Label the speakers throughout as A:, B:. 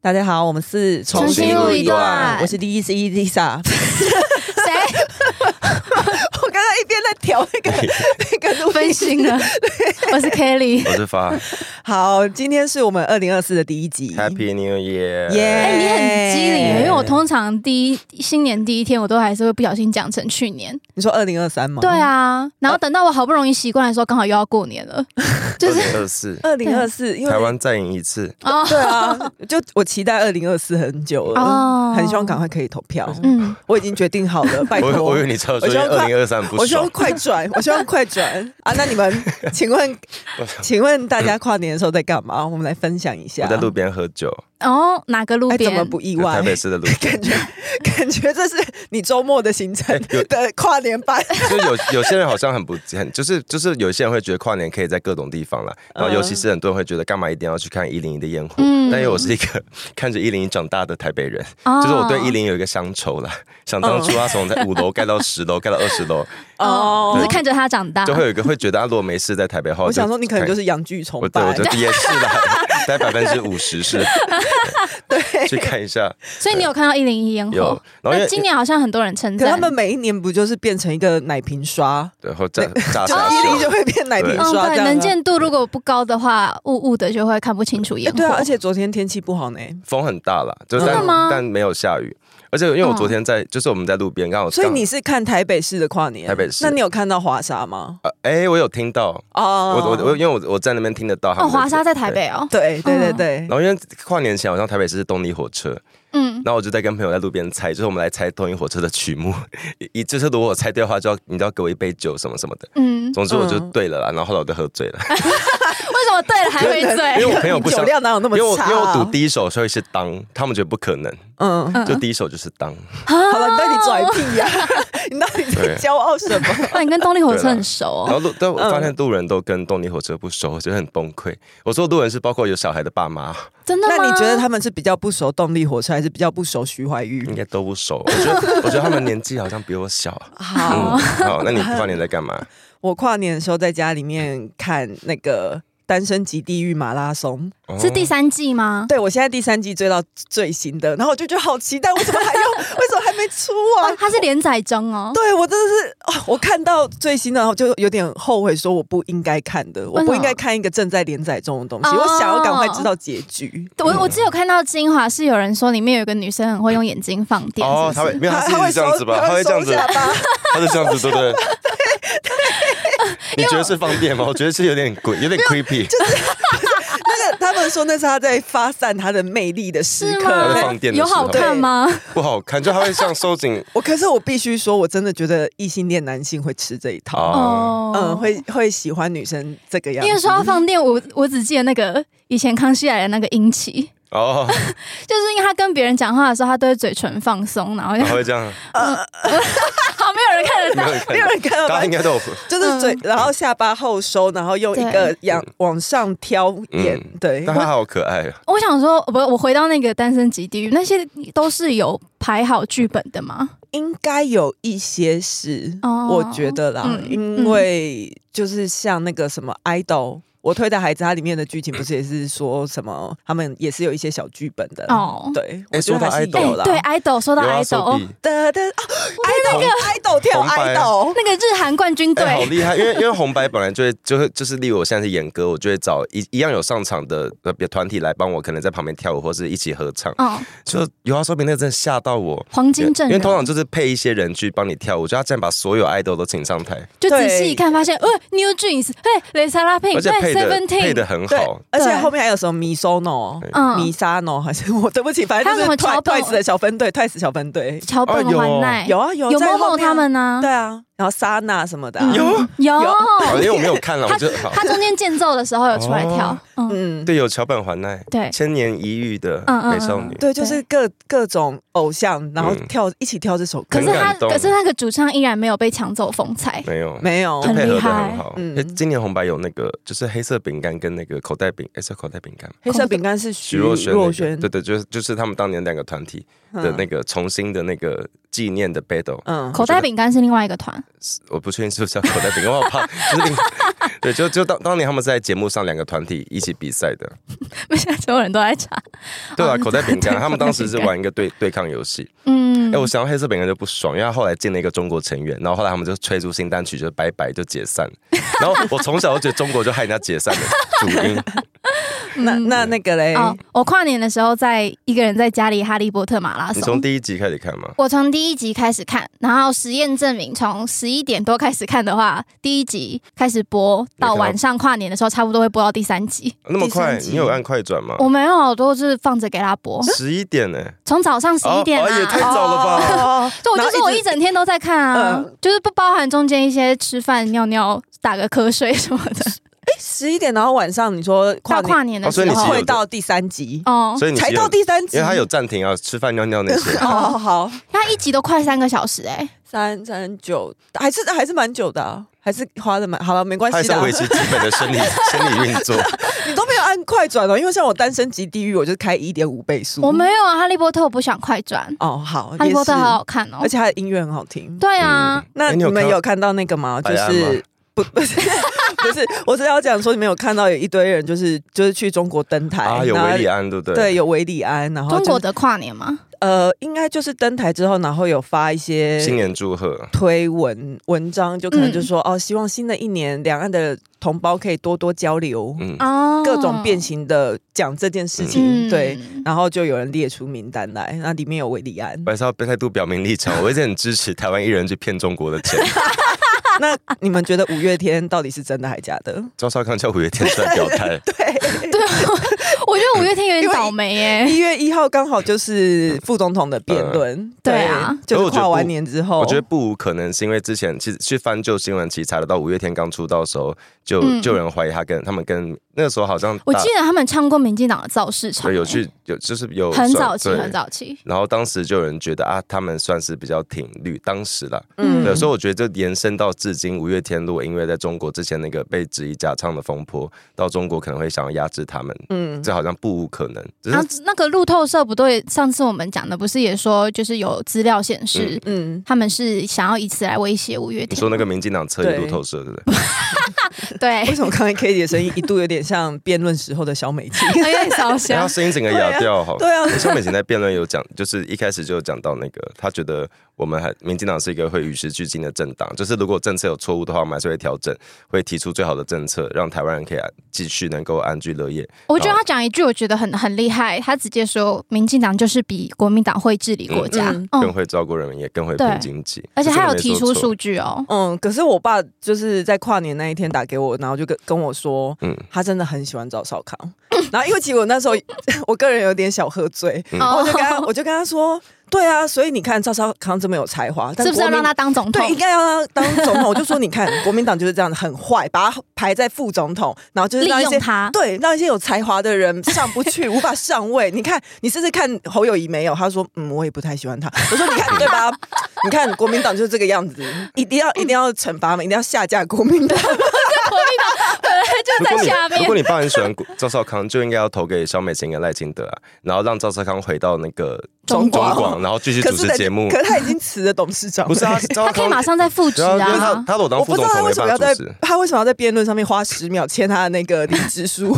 A: 大家好，我们是
B: 重新录一段
A: 我是 D C Lisa。
B: 谁
A: 我刚刚一边在调 那个那个录音
B: 分心了？我是 Kelly。
C: 我是发
A: 好，今天是我们二零二四的第一集。
C: Happy New Year，
A: 耶
B: 哎、你很机灵，因为我
C: 哎
B: 通常第一新年第一天，我都还是会不小心讲成去年。
A: 你说二零二三吗？
B: 对，啊，然后等到我好不容易习惯的时候，刚好又要过年了，就是
C: 二四，
A: 二零二四，因为
C: 台湾再赢一次，
B: 哦
A: 对啊，就我期待二零二四很久了，
B: 哦
A: 很希望赶快可以投票。
B: 嗯，
A: 我已经决定好 了，拜
C: 我以为
A: 托
C: 我以。为你知道说
A: 我希望
C: 二
A: 快
C: 零二三不
A: 我希望
C: 爽，
A: 快 转，我希望快转啊！那你们， 请问，请问大家跨年的时候在干嘛？我们来分享一下。
C: 我在路边喝酒，
B: 哦，哪个路
A: 哎，
B: 边？
A: 怎么不意
C: 台
A: 外？
C: 北市的路 边，
A: 感觉 感觉这是你周末的行程
C: 哎有
A: 的跨年版，
C: 就有有些人好像很不很，就是就是有些人会觉得跨年可以在各种地方啦，
A: 嗯
C: 然后尤其是很多人会觉得干嘛一定要去看一零一的烟火，
B: 嗯
C: 但因为我是一个 看着一零一长大的台北人，
B: 哦
C: 就是我对一零有一个乡愁啦，想当初
A: 哦
C: 他从在五楼盖到十楼，盖到二 十楼，
A: 啊
B: 哦，你是看着他长大，
C: 就会有一个会觉得啊，如果没事在台北的话，。
A: 我想说你可能就是是洋剧崇
C: 我对我
A: 拜
C: 觉，得也是啦，大概百分之五十是，对， 去看一下
B: 所以你有看到一零一烟
C: 有
B: 火。，
C: 然后因
B: 哦那
C: 为
B: 今年好像很多人称
A: 可
B: 赞，
A: 他们每一年不就是变成一个奶瓶刷，
C: 然后炸炸
A: 就
C: 沙
A: 一零
C: 秀，
A: 就会变奶瓶
C: 啊对
B: 嗯，
A: 刷这
B: 对，
A: 样啊。
B: 能见度如果不高的话，雾雾的就会看不清楚
A: 哎
B: 烟火。
A: 对啊，而且昨天天气不好呢，
C: 风很大啦，就
A: 真的
C: 但
B: 吗
C: 但没有下雨，而且因为我昨天在，就是我们在路边刚好，
A: 所以你是看台北市的跨年，
C: 台北市
A: 那你有看到华沙吗？
C: 刚好呃哎，我有听到，
A: 哦
C: 我我我因为我我在那边听得到，
B: 哦，华沙在台。北哦，
A: 对对对对
C: 然，后因为跨年前好像台北市是动力火车，
B: 嗯，
C: 然后我就在跟朋友在路边猜，就是我们来猜动力火车的曲目， 一就是如果我猜对的话，就要你就要给我一杯酒什么什么的。
B: 嗯，
C: 总之我就
A: 嗯
C: 对了啦，然后后来我就喝醉了。
B: 为什么对了还会
C: 因
B: 醉？
C: 为我朋友不
A: 酒
C: 想，
A: 量哪有那么
C: 因为我
A: 差啊？
C: 因为我赌第一首所以是当，他们觉得不可能，
A: 嗯，
B: 嗯
C: 就第一首就是当，
B: 啊
A: 好了，你到底拽屁呀？ 你到底在
C: 对
A: 骄傲什么？
B: 哇，你跟动力火车很熟
C: 然后
B: 哦。
C: 路，但我发现路人都跟动力火车不熟，我觉得很崩溃。我说路人是包括有小孩的爸妈，
B: 真的吗？
A: 那你觉得他们是比较不熟动力火车，还是比较不熟徐怀钰
C: 应？该都不熟。我觉得，我觉得他们年纪好像比我小。啊嗯
A: 好，
C: 好，那你跨年在干嘛？
A: 我跨年的时候在家里面看那个《单身级地狱马拉松》，
C: 哦
B: 是第三季吗？
A: 对我现在第三季追到最新的，然后我就觉得好期待，为什么还 有？为什么还没出
B: 哇，
A: 啊？
B: 哦它是连载中哦。
A: 对我真的是哦，我看到最新的，然后就有点后悔，说我不应该看的，我不应该看一个正在连载中的东西，
B: 哦
A: 我想要赶快知道结局。
B: 我我只有看到精华是有人说里面有一个女生很会用眼睛放电，
C: 哦，
B: 是
C: 他
B: 不
C: 会
B: 是？
C: 没有，他是一直这样子吧？他会这样子
A: 收，下巴，
C: 他是这样子，对不对？你觉得是放电吗？我觉得是有点鬼，有点 creepy，
A: 那个他们说那是他在发散他的魅力的时
B: 是
A: 刻，
C: 他
B: 吗
C: 在放电？的
B: 有
C: 时候
B: 好看吗？
C: 不好看，就他会像收紧
A: 我可是我必须说，我真的觉得异性恋男性会吃这一套，
C: 啊。
B: 哦，
A: 嗯，会会喜欢女生这个样子。
B: 因为说到放电，我我只记得那个以前康熙来的那个殷琦，
C: 哦，
B: 就是因为他跟别人讲话的时候，他都会嘴唇放松，然后就
C: 他会这样，
B: 好没有人看得
C: 没
B: 到
A: 没
C: 有。人看
A: 有
C: 到，
A: 人看到
C: 大
A: 吧
C: 家应？该都有
A: 就是
B: 嗯
A: 嘴，然后下巴后收，然后用一个仰往上挑眼，
C: 嗯
B: 哎
A: 对
C: 但。他好可爱啊！
B: 我想说，不，我回到那个《单身级地狱》，那些都是有排好剧本的吗？
A: 应该有一些是，
B: 哦
A: 我觉得啦，
B: 嗯
A: 因为就是像那个什么 idol。我推的孩子，它里面的剧情不是也是说什么，他们也是有一些小剧本的
B: 哦
A: 对，我
C: 诶
A: 觉得
C: 说到
A: 还是
C: idol
A: 有啦。
B: 哎对，idol 说到
C: 有啊
B: idol，、哦
C: 手臂
A: 的的啊，idol idol 跳
C: 红白
A: idol，
B: 那个日韩冠军队、
C: 哎、好厉害！因为因为红白本来就会就会就是，例如我现在是演歌，我就会找一一样有上场的呃别团体来帮我，可能在旁边跳舞或是一起合唱。
B: 哦，
C: 就有啊，说明那个真的吓到我。
B: 黄
C: 因为
B: 金阵
C: 因为通常
B: 容，
C: 就是配一些人去帮你跳舞，就他竟然把所有 idol 都请上台，
B: 就
A: 对
B: 仔细一看发现，呃，New Jeans，嘿，雷莎拉 Pink，
C: 而且配
B: 嘿
C: 的配
B: ，Seventeen，
C: 的很
A: 对
C: 好，，
A: 而且后面还有什么 misono、
B: 嗯，
A: misono 还是我对不起，反正就是
B: 还有什么
A: Twi-
B: 桥本
A: Twice 的小分队，Twice 小分队
B: 桥本
C: 哦有
B: 环奈、
A: 有啊有
B: 哎有
A: 在
B: 某
A: 后
B: 某
A: 面
B: 他们呢、
A: 对啊，然后莎娜什么的啊、
B: 嗯有
A: 有
C: 好因为我没有看啊了，我
B: 哦他
C: 就好
B: 他中间间奏的时候有出来跳
C: 哦，
B: 嗯，
A: 嗯，
C: 对有桥本环奈，
B: 对
C: 千年一遇的
B: 嗯嗯
C: 美少女，
A: 对，就是各各种偶像，然后
C: 嗯
A: 跳、一起跳这首歌
B: 可
C: 很
B: 是他
C: 感动
B: 可是那个主唱依然没有被抢走风采，
C: 没有
A: 没有
C: 就
B: 很
C: 配合
B: 厉
C: 的
B: 害
C: 很好。
A: 嗯
C: 诶今年红白有那个就是黑色饼干跟那个口袋饼，诶是口袋饼干吗。
A: 黑色饼干是徐
C: 徐若瑄那个、
A: 若瑄嗯
C: 对对，就是就是他们当年两个团体的那
A: 个
C: 个重新的那个纪念的 battle，、
A: 嗯
B: 口袋饼干是另外一个团，
C: 我不确定是不是叫口袋饼，因为我怕就是饼。对，就就当当年他们是在节目上两个团体一起比赛的，
B: 不现在所有人都在查。
C: 对啊，
B: 哦
C: 口袋饼干，
B: 对
C: 他们当时是
B: 口袋饼干
C: 玩一个对对抗游戏。
B: 嗯，
C: 哎、我想到黑色饼干就不爽，因为他后来进了一个中国成员，然后后来他们就推出新单曲，就是拜拜就解散。然后我从小就觉得中国就害人家解散的主因，
A: 那那那个嘞，
B: 哦，我跨年的时候在一个人在家里《哈利波特》马拉
C: 你从
B: 松。
C: 第一集开始看吗？
B: 我从第一集开始看，然后实验证明，从十一点多开始看的话，第一集开始播到晚上跨年的时候，差不多会播到第三集。
C: 那么快，
A: 第三集哦
C: 你有按快转吗？
B: 我没有，都是放着给他播，
C: 十一点呢、
B: 从早上十一点
C: 嗯哦哦也太
B: 啊，
C: 早了吧
A: 吧
B: 就我就说我一整天都在看啊
A: 嗯，
B: 就是不包含中间一些吃饭、尿尿、打个瞌睡什么的。
A: 十一点，然后晚上你说跨
B: 到
A: 年
B: 跨年的
C: 哦所以
B: 时
C: 你
B: 候
C: 是，
A: 会到第三集，
B: 哦，
C: 所以你是
A: 才
C: 有
A: 到第三集，。
C: 因为他有暂停啊，吃饭、尿尿那些
A: 哦，好，
B: 那一集都快三个小时哎，
A: 三三九还是还是蛮久的啊、还是花的蛮好了，没关
C: 他还
A: 系
C: 是
A: 的
C: 要
A: 啊。
C: 维持基本的生理生理运作，
A: 你都没有按快转哦，因为像我单身级地狱，我就开一点五倍速。
B: 我没有啊，《哈利波特》我不想快转，
A: 哦，好，
B: 《哈利波特》
A: 也是
B: 好好看哦
A: 而。且他的音乐很好听。
B: 对啊，
A: 那
C: 哎
A: 你
C: 你有
A: 们
C: 看
A: 有看到那个吗？就
C: 白安吗
A: 是不 不是不是，我是要讲说你们有看到有一堆人就是就是去中国登台
C: 啊，有
A: 哎然后
C: 维里安，对不对？
A: 对，有维里安，然后
B: 中
A: 就
B: 国的跨年嘛，
A: 呃，应该就是登台之后，然后有发一些
C: 新年祝贺。
A: 推文文章，就可能
B: 嗯
A: 就说、哦，希望新的一年两岸的同胞可以多多交流，
C: 嗯，
B: 哦，
A: 各种变形的讲这件事情，
B: 嗯
A: 对。，然后就有人列出名单来，那里面有韦礼安。
C: 我还是要态度表明立场，我一直很支持台湾艺人去骗中国的钱。
A: 那你们觉得五月天到底是真的还假的？
C: 赵少康叫五月天出来表态，
B: 我觉得五月天有点倒霉耶。
A: 一月一号刚好就是副总统的辩论，
B: 对啊
A: 就
C: 可
A: 是
C: 我觉得
A: 跨完
C: 不
A: 年之后，
C: 我觉得不无可能，是因为之前其实去翻旧新闻，其实查得到五月天刚出道的时候，就
B: 嗯
C: 就有人怀疑他跟他们跟那个时候好像
B: 我
C: 大
B: 记得他们唱过民进党的造势场，
C: 对有去有就是有
B: 很
C: 算
B: 早期，
C: 对
B: 很早期。
C: 然后当时就有人觉得啊，他们算是比较挺绿，当时啦，
B: 嗯
C: 对，所以我觉得这延伸到至今，五月天如果因为在中国之前那个被质疑假唱的风波，到中国可能会想要压制他们，
A: 嗯，
C: 这好像不无可能。只是
B: 然后那个路透社不对，上次我们讲的不是也说，就是有资料显示，
A: 嗯，
B: 他们是想要以此来威胁五月
C: 你
B: 天。
C: 说那个民进党侧翼
A: 对
C: 路透社，对不对？
B: 对，
A: 为什么刚才 K 姐的声音一度有点像辩论时候的小美琴？
B: 有点烧
C: 然后
B: 香。
C: 哎声音整个哑掉，好。
A: 对啊，
C: 像美琴在辩论有讲，就是一开始就有讲到那个，他觉得我们还民进党是一个会与时俱进的政党，就是如果政策有错误的话，我们还是会调整，会提出最好的政策，让台湾人可以安继续能够安居乐业。
B: 我觉得他讲一句，我觉得很很厉害，他直接说，民进党就是比国民党会治理国家。
A: 嗯
B: 嗯，
C: 更会照顾人民，也更会
B: 对
C: 拼经济。
B: 而且他有提出
C: 这真的没说错，
B: 数据哦。
A: 嗯，可是我爸就是在跨年那一天打给我，然后就跟跟我说，
C: 嗯，
A: 他真的很喜欢赵少康。然后因为其实我那时候 我个人有点小喝醉，
C: 嗯
A: 然后我就跟他
B: 哦
A: 我就跟他说，对啊，所以你看赵少康这么有才华，但
B: 是不是要
A: 国民
B: 让他当总
A: 对，应
B: 统？
A: 该要当总统。我就说，你 看，国民党就是这样，很坏，把他排在副总统，然后就是
B: 利
A: 让一些
B: 用他？
A: 对让一些有才华的人上不 去，无法上位。你看，你甚至看侯友谊没有，他说，嗯，我也不太喜欢他。我说，你看对 吧？你看国民党就是这个样子，一定要一定要惩罚嘛，一定要下架国民党。
B: 国民党本来就
C: 如果
B: 在
C: 你
B: 下
C: 如果
B: 面。
C: 你爸很喜欢赵少康，就应该要投给肖美琴跟赖清德啊，然后让赵少康回到那个
B: 中
C: 中
B: 广
C: 广，然后继续
A: 可
C: 主
A: 是
C: 持
A: 人
C: 节目
A: 可。是他已经辞了董事长了。
C: 不是啊，赵少
B: 他可以
C: 康
B: 马上再复职
C: 对啊，因为他
B: 啊！
C: 他如果当
A: 我
C: 副
A: 不知
C: 总
A: 道他
C: 统，
A: 为
C: 没
A: 什么要
C: 办
A: 在
C: 法主持。
A: 他为什么要在辩论上面花十秒签他的那个离职书？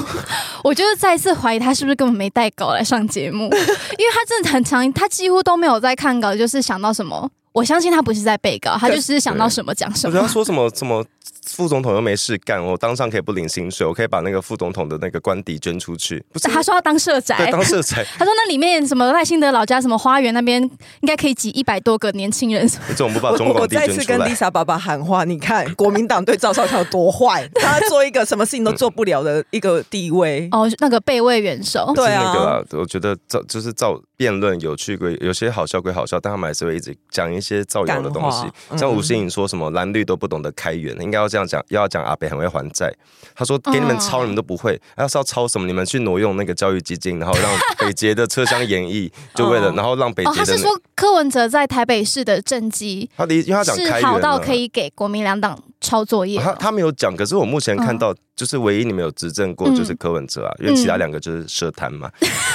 B: 我就是再一次怀疑他是不是根本没带稿来上 节目，因为他真的很长，他几乎都没有在看稿，就是想到什么。我相信他不是在背稿，他就只是想到什么讲什
C: 我觉得他
B: 么。
C: 说什么什么副总统又没事干，我当上可以不领薪水，我可以把那个副总统的那个官邸捐出去，不是？
B: 他说要当社
C: 对，
B: 宅，
C: 当社宅，
B: 他说那里面什么赖幸德老家什么花园那边应该可以挤一百多个年轻人什么。
C: 你总不把
A: 我
C: 中
A: 我
C: 广
A: 我
C: 地
A: 再
C: 捐
A: 次
C: 出
A: 跟
C: 来？
A: Lisa 爸爸喊话，你看国民党对赵少康有多坏，他做一个什么事情都做不了的一个地位。
B: 哦，那个备位元首
A: 对
C: 是
A: 啊
C: 那个啦，我觉得造就是造辩论有趣归有些好笑归好笑，但他们还是会一直讲一些造谣的东西
A: 干话。
C: 像
A: 嗯
C: 吴欣颖说什么蓝绿都不懂得开源，应该要这样讲，要讲阿北很会还债。他说给你们抄
B: 哦
C: 你们都不会，要是要抄什么你们去挪用那个教育基金，然后让北捷的车厢演 绎，就为了
A: 哦
C: 然后让北
B: 哦，
C: 捷
B: 他
C: 的
B: 是说柯文哲在台北市的政绩
C: 他的因为他讲开
B: 是
C: 源
B: 好
C: 啊
B: 到
C: 哦
B: 可以哦给国民两党抄作业
C: 他
B: 了。
C: 他没有讲，可是我目前看到就是唯一你们有执政过就是
B: 嗯
C: 柯文哲啊，因为其他
B: 嗯
C: 两个就是社坛嘛。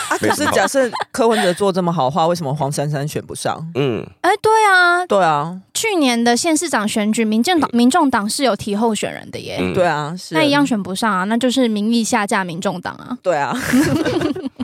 A: 啊，
C: 没
A: 可
C: 什
A: 是
C: 么好
A: 假设柯文哲做这么好的话，为什么黄珊珊选不上？
C: 嗯，
B: 哎，对啊，
A: 对啊，
B: 去年的县市长选举，民进党、民众党是有提候选人的耶，
C: 嗯
A: 对啊，是
B: 那一样选不上啊，那就是民意下架民众党啊。
A: 对 啊，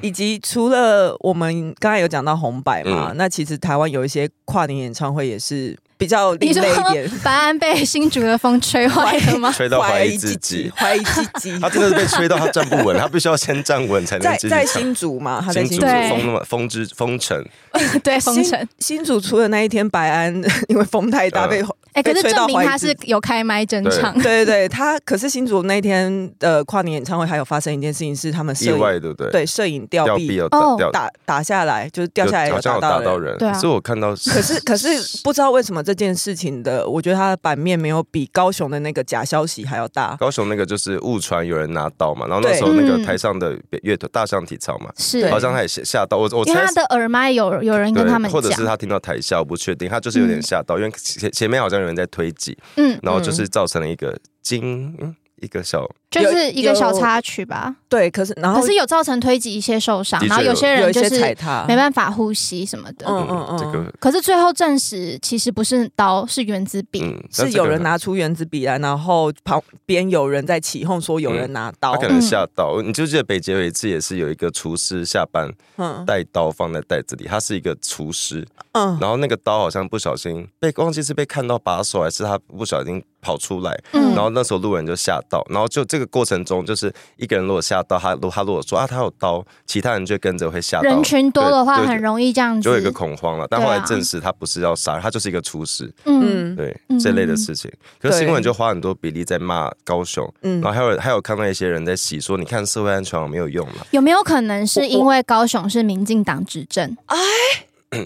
A: 以及除了我们刚才有讲到红白嘛，
C: 嗯
A: 那其实台湾有一些跨年演唱会也是比较另类一点，
B: 白安被新竹的风吹 坏 了吗？
C: 吹到怀疑自
A: 自
C: 己，，
A: 怀疑自 己
C: 他。真的是被吹到他站不稳，他必须要先站稳才能
A: 在
C: 继续
A: 在
C: 唱
A: 新竹嘛，他在
C: 新
A: 新
C: 竹
A: 竹
B: 对。
C: 是风那么风之风城，
B: 对，封城。
A: 新竹除了那一天，白安 因为风太大
C: 嗯
A: 被吼，
B: 哎、可是
A: 被吹
B: 证
A: 到
B: 明
A: 怀疑
B: 他
A: 自
B: 是有开麦真唱
A: 对。对对，他可是新竹那一天的跨年演唱会还有发生一件事情，是他们
C: 意
A: 摄影
C: 外对不对？，
A: 对摄影吊
C: 掉
A: 臂
C: 臂有
B: 哦
C: 掉
A: 打打下来，就是掉
C: 有
A: 下来
C: 好像有打
A: 打
C: 到
A: 到人。
C: 人，
B: 对啊
C: 所以我看到
A: 可是可是不知道为什么这件事情的，我觉得它的版面没有比高雄的那个假消息还要大。
C: 高雄那个就是误传有人拿刀嘛，然后那
A: 对
C: 时候那个
B: 嗯
C: 台上的乐团大象体操嘛，
B: 是，
C: 好像他也吓吓到我，我
B: 因为
C: 猜
B: 他的耳麦有有人跟他们
C: 或者
B: 讲
C: 是，他听到台下，我不确定，他就是有点吓
A: 嗯
C: 到，因为前前面好像有人在推挤，
B: 嗯，
C: 然后就是造成了一个惊，嗯，一个小
B: 就是一个小插曲吧。
A: 对，可是然后
B: 可是有造成推挤一些受伤，
C: 的确
B: 然后有些
A: 有
B: 人
A: 一
B: 就
A: 些
B: 是
A: 踩踏，
B: 没办法呼吸什么的。
A: 嗯
C: 嗯
A: 嗯
C: 这个
B: 可是最后证实，其实不是刀，是原子笔。
C: 嗯，那
A: 是
C: 这个
A: 有人拿出原子笔来，然后旁边有人在起哄说有人拿刀
C: 他可，
B: 嗯
C: 能吓到，你就记得北捷有一次也是有一个厨师下班
A: 嗯
C: 带刀放在袋子里，他是一个厨师，
A: 嗯，
C: 然后那个刀好像不小心被忘记是被看到把手，还是他不小心跑出来，
B: 嗯
C: 然后那时候路人就吓到，然后就这个过程中，就是一个人如果吓到他，如他如果说啊他有刀，其他人就跟着会吓到
B: 人，群多的话，
C: 对对
B: 很容易这样
C: 就有一个
B: 子。
C: 恐慌了。但
B: 对
C: 后
B: 啊
C: 来证实他不是要杀人，他就是一个厨师，
B: 嗯，
A: 嗯
C: 对、
B: 嗯
C: 这类的事情。可是
A: 对
C: 新闻就花很多比例在骂高雄，
A: 嗯
C: 然后还有还有看到一些人在洗说，你看社会安全网没有用嘛？
B: 有没有可能是因为高雄是民进党执政？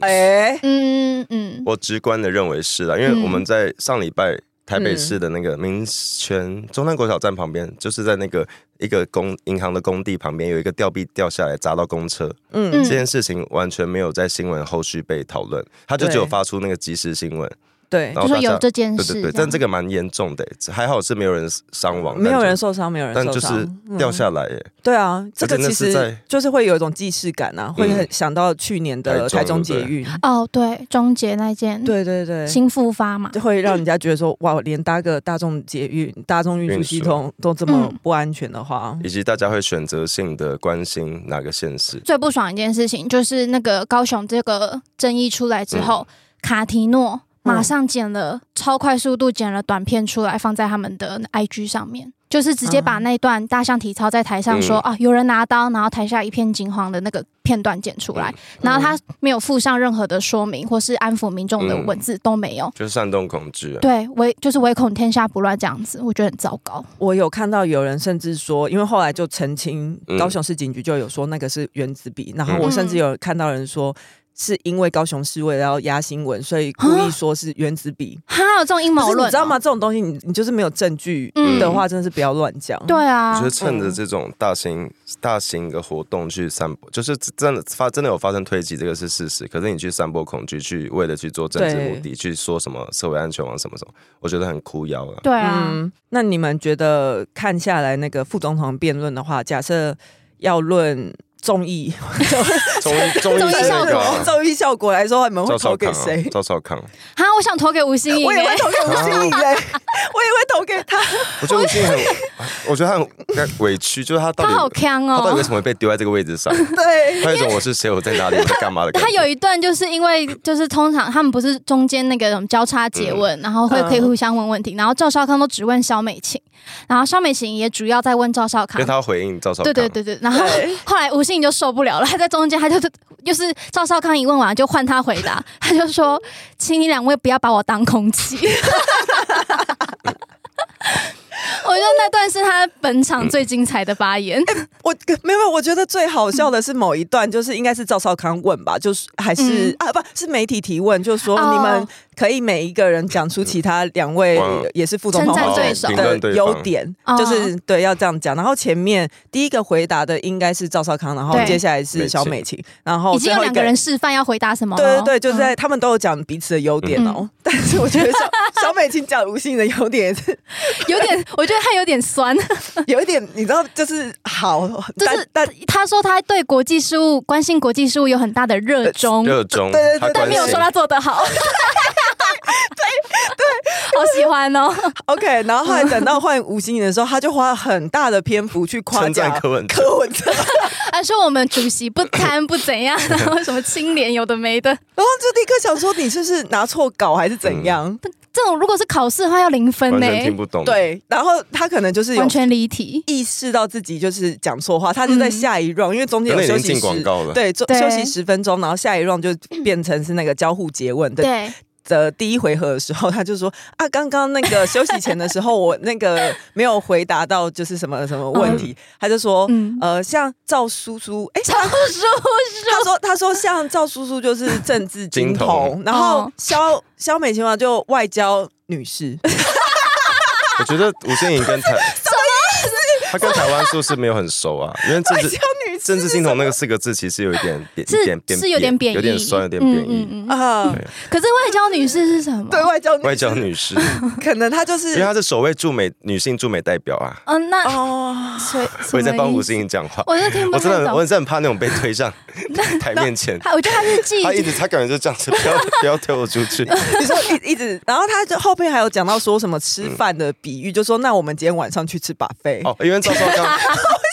A: 哎，
B: 嗯嗯，
C: 我直观的认为是啦，因为
B: 嗯
C: 我们在上礼拜。台
A: 嗯
C: 北市的那个民权中山国小站旁边，就是在那个一个工银行的工地旁边，有一个吊臂掉下来砸到公车，
A: 嗯
B: 嗯
C: 这件事情完全没有在新闻后续被讨论，他就只有
A: 对嗯
C: 发出那个即时新闻，
A: 对
C: 然，
B: 就
C: 后
B: 说
C: 大家
B: 有这件
C: 对
B: 事，
C: 对对，但这
B: 个
C: 个蛮严重的，还好是没有人伤亡，
A: 没有人
C: 但就，
A: 受伤，没有人
C: 但
A: 受
C: 就是
A: 伤，
C: 掉下来耶，
A: 对啊，这
C: 而
A: 个
C: 且那
A: 其
C: 是在嗯
A: 实就是会有一种既视感啊，会很想到去年的
C: 台
A: 台
C: 中
A: 中
C: 对
A: 捷
C: 不对
A: 运，
B: 哦，对，终结那件，，
A: 对对对，
B: 新复发嘛，
A: 就会让人家觉得说，哇，连搭个大众捷运、大众运输系统都这么不安全的话，
C: 以及大家会选择性的关心哪个县市，
B: 最不爽一件事情就是那个高雄这个争议出来之后，卡提诺马上剪了超快速度剪了短片出来，放在他们的 IG 上面。就是直接把那段大象体操在台上说、啊，有人拿刀，然后台下一片惊慌的那个片段剪出来，然后他没有附上任何的说明或是安抚民众的文字、都没有，
C: 就是煽动恐惧啊。
B: 对，唯就是唯恐天下不乱这样子，我觉得很糟糕。
A: 我有看到有人甚至说，因为后来就澄清
C: 嗯，
A: 高雄市警局就有说那个是原子笔，然后
C: 嗯
A: 我甚至有看到人说。是因为高雄市为了要压新闻，所以故意说是原子笔。
B: 哈，有这种阴
A: 可
B: 谋
A: 是你
B: 论、哦
A: 知道吗？？这种东西你你就是没有证据
B: 嗯
A: 的话，真的是不要乱讲。
B: 对
C: 我
B: 啊
C: 觉得，趁着这种大型、大型的活动去散播，就是真的发真的有发生推挤，这个是事实。可是你去散播恐惧，去为了去做政治
A: 对
C: 目的，去说什么社会安全网什么什么，我觉得很哭腰啊。
B: 对啊，
A: 嗯，那你们觉得看下来那个副总统辩论的话，假设要论综艺
C: 综艺综艺
B: 综艺
C: 那
B: 效
C: 个啊
B: 果
A: 综艺效果来说，你们会
C: 赵少
A: 投给
C: 康、
A: 谁
C: 啊，？赵少康，
B: 哈，我想投给吴欣颖、
A: 我也
B: 欸
A: 会投给吴欣颖哎， 我也会投给他。
C: 我觉得吴昕很，我觉得他很委屈，就是他到底
B: 他好强
C: 他到底为
B: 哦。
C: 什么会被丢在这个位置上？
A: 对，
C: 他有一种我是谁，我在哪里，我在干嘛的感觉。
B: 他有一段就是因为就是通常他们不是中间那个交叉诘问，然后会
A: 嗯
B: 可以互相问问题，然后赵少康都只问肖美琴，然后肖美琴也主要在问赵少
C: 因
B: 康
C: 为他。要回应赵少康，
B: 对对对对，然 后
A: 对
B: 后来吴欣颖就受不了了，他在中间，他就是就是赵少康一问完就换他回 答，他就说：“请你两位不要把我当空气。”我觉得那段是他本场最精彩的发
C: 哎
B: 言。
A: 我没有，我觉得最好笑
B: 嗯
A: 的是某一段，就是应该是赵少康问吧，就是还是、啊，不是媒体提问，就说
B: 嗯哦
A: 你们可以每一个人讲出其他两位
C: 哇
A: 也是副总统
B: 称赞
A: 候选人
B: 对手
C: 评论对
A: 的
C: 方
A: 优点
B: 哦，
A: 就是对要这样讲。然后前面第一个回答的应该是赵少康，然后
B: 对
A: 接下来是小美琴，然后
B: 已经
A: 最
B: 有
A: 后一
B: 两个人。示范要回答什么
A: 对
B: 了嗯
A: 对
B: 哦。
A: 对，就是在他们都有讲彼此的优点哦， 但是我觉得小小美琴讲吴昕的优点也是
B: 有点， 我觉得他有点 酸，就
A: 有一点，你知道，就是好，
B: 是
A: 但但
B: 他说他对国际事务、关心国际事务有很大的热衷，
C: 热衷，
A: 对对对
C: 他
A: 但
B: 但
C: 呃 关
B: 没有
C: 心
B: 说，他做得好。好喜欢 哦。
A: OK，然后后来等到换吴欣颖的时候，他就花很大的篇幅去夸
C: 称赞
A: 奖
C: 柯文哲
A: 柯文哲，
B: 还说我们主席不贪不怎 样，然后什么清廉有的没的。
A: 然后就立刻想说你是不是拿错稿还是怎样？
C: 嗯
B: 这种如果是考试的话要零分
C: 完
B: 呢、
C: 全听不懂。，
A: 对，然后他可能就是有
B: 完全离题。
A: 意识到自己就是讲错话，他就在下一
C: 嗯
A: round，、因为中间有
C: 可能
A: 休
C: 已经
A: 息
C: 进广
A: 十
C: 告了
A: 对，中
B: 对
A: 休息十分钟，然后下一 round 就变成是那个交互诘问的
B: 对，
A: 的第一回合的时候，他就说啊，刚刚那个休息前的时候，我那个没有回答到就是什么什么问题，他就说、
B: 嗯
A: 呃，像赵叔叔，哎、
B: 超
A: 他
B: 叔
A: 他说他说像赵叔叔就是政治金
C: 金
A: 童，
C: 童
A: 然后
B: 哦
A: 肖肖美琴嘛就外交女士，
C: 我觉得吴建颖跟台他跟台湾是不是没有很熟啊？因为政
A: 外
C: 治
A: 交女士
C: 政治金童那个四个字其实有一点点一点
B: 是
C: 点
B: 是有点贬义，
C: 有点酸，有点
B: 嗯
C: 贬义。
B: 嗯嗯
A: 啊、
B: 可是外交女士是什么？
A: 对外交女士
C: 外交女 士，
A: 可能他就
C: 因
A: 是
C: 为她是首位驻美女性驻美代表啊，
B: 嗯、那
A: 哦，
B: 所以
C: 我也在帮吴
B: 什么意思
C: 欣颖讲话。
B: 我是听不
C: 我
B: 太
C: 真的很，
B: 懂。
C: 我真的很怕那种被推 上台面前，
B: 他我觉得他是 记
C: 他一直他感觉就这样 子，不要不要推我出去。
A: 你说一一直，然后他就后面还有讲到说什么吃饭的比喻，就说那我们今天晚上去吃把费，
C: 哦，因为赵少康，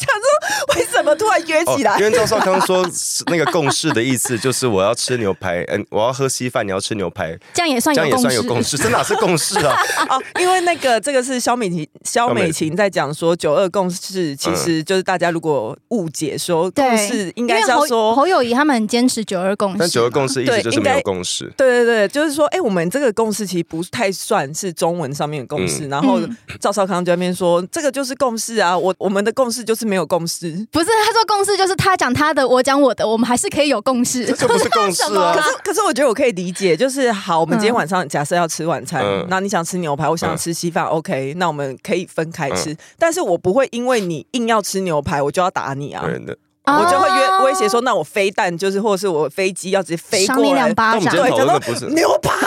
A: 为什么突然约
C: 哦
A: 起来？
C: 因为赵少康说是那个共识的意思就是我要吃牛排，嗯，我要喝稀饭，你要吃牛排，
B: 这样也算
C: 这样
B: 有
C: 也
B: 共
C: 算
B: 识，
C: 有共识，这哪是共识 啊？
A: 哦，因为那个这个是肖美琴，肖美琴在讲说九二共识，其实就是大家如果误解说共
B: 呃对，
A: 识，应该是
B: 因为
A: 要
B: 侯
A: 说。
B: 侯友谊他们很坚持九二共识，
C: 但九二共识意思
A: 对
C: 就是
A: 应
C: 没
A: 该
C: 有共识。
A: 对对对，就是说，哎、我们这个共识其实不太算是中文上面的共识。然后
B: 嗯
A: 赵少康就在那边说，这个就是共识啊，我我们的共识就是没有共识。
B: 不是他说共识就是他讲他的，我讲我的，我们还是可以有共识
C: 这。就 不是共识啊
A: 可！是，可是我觉得我可以理解，就是好，我们
B: 嗯
A: 今天晚上假设要吃晚餐
C: 嗯，
A: 那、你想吃牛排，我想吃稀饭、o k 那我们可以分开
C: 嗯
A: 吃，但是我不会因为你硬要吃牛排，我就要打你啊。
C: 对的，
A: 我就会
B: 啊
A: 约威胁说，那我飞弹就是，或者是我飞机要直接飞
B: 赏你
A: 过来
B: 两，巴
C: 那我们
B: 掌
C: 今，
A: 对
C: 天讨论
A: 讲
C: 的
A: 到
C: 不是。
A: 牛排。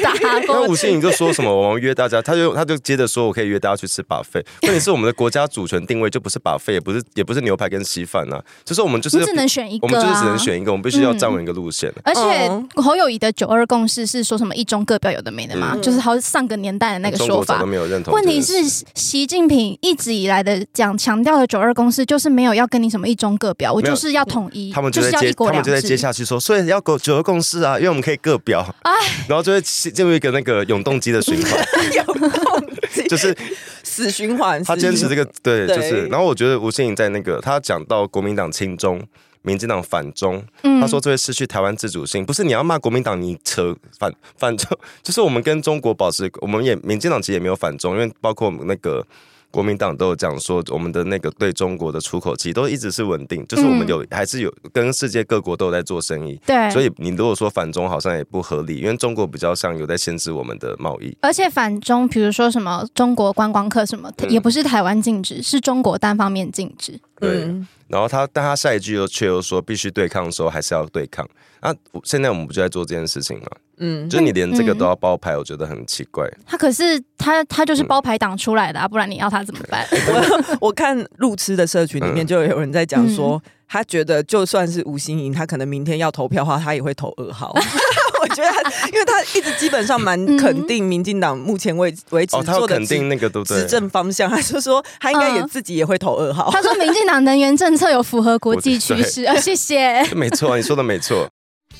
B: 打
C: 那
B: 过
C: 吴欣颖就说什 么，我们约大家，他就他就接着说，我可以约大家去吃把费。问题是我们的国家主权定位就不是把费，也不是也不是牛排跟稀饭啊，就是我们就是
B: 你只能选一个、
C: 我
B: 啊，嗯
C: 们就是只能选一个，我们必须要站稳一个路线。啊
B: 而
A: 嗯
B: 且侯友谊的九二共识是说什么一中各表有的没的嘛，
C: 嗯
B: 就是好像上个年代的那个
C: 中
B: 说
C: 国早
B: 法
C: 都。没有认同这
B: 问
C: 件
B: 题
C: 事。
B: 是，习近平一直以来的讲强调的九二共识，就是没有要跟你什么一中各表，我
C: 没有
B: 就是要统一，
C: 他们就
B: 就
C: 在
B: 是要
C: 接，
B: 一国
C: 他们
B: 两
C: 就在接
B: 制。
C: 下去说，所以要九二共识啊，因为我们可以各表，
B: 哎
C: 然后就会进入一个那个永动机的循环，
A: 有共识
C: 就是
A: 死循环，
C: 他坚持这
A: 个
C: 个，对，
A: 对
C: 就是。然后我觉得吴欣颖在那个他讲到国民党亲中。民进党反中，
B: 嗯
C: 他说这会失去台湾自主性。不是你要骂国民党，你扯反反中， 就是我们跟中国保持，我们也民进党其实也没有反中，因为包括我们那个国民党都有讲说，我们的那个对中国的出口其实都一直是稳定，就是我们有、还是有跟世界各国都有在做生意。
B: 嗯对，
C: 所以你如果说反中好像也不合理，因为中国比较像有在限制我们的贸易。
B: 而且反中，比如说什么中国观光客什么，
C: 嗯
B: 也不是台湾禁止，是中国单方面禁止。
C: 对，
A: 嗯
C: 然后他，但他下一句又却又说，必须对抗的时候还是要对抗。那、我现在我们不就在做这件事情吗？
A: 嗯，
C: 就是你连这个都要包牌，我觉得很奇怪。
B: 他可是他他就是包牌党出来的啊，不然你要他怎么办？
A: 我 看路痴的社群里面就有人在讲说，他觉得就算是吴欣盈，他可能明天要投票的话，他也会投二号。 我觉得他，因为他一直基本上蛮肯定民进党目前为为止
C: 哦，他要
A: 做的
C: 肯
A: 执
C: 定那个对不对
A: 执？政方向，他就说他应该也
B: 嗯
A: 自己也会投二号。
B: 他说，民进党能源政策有符合国际趋 势，啊，谢谢。
C: 没错啊，你说的没错。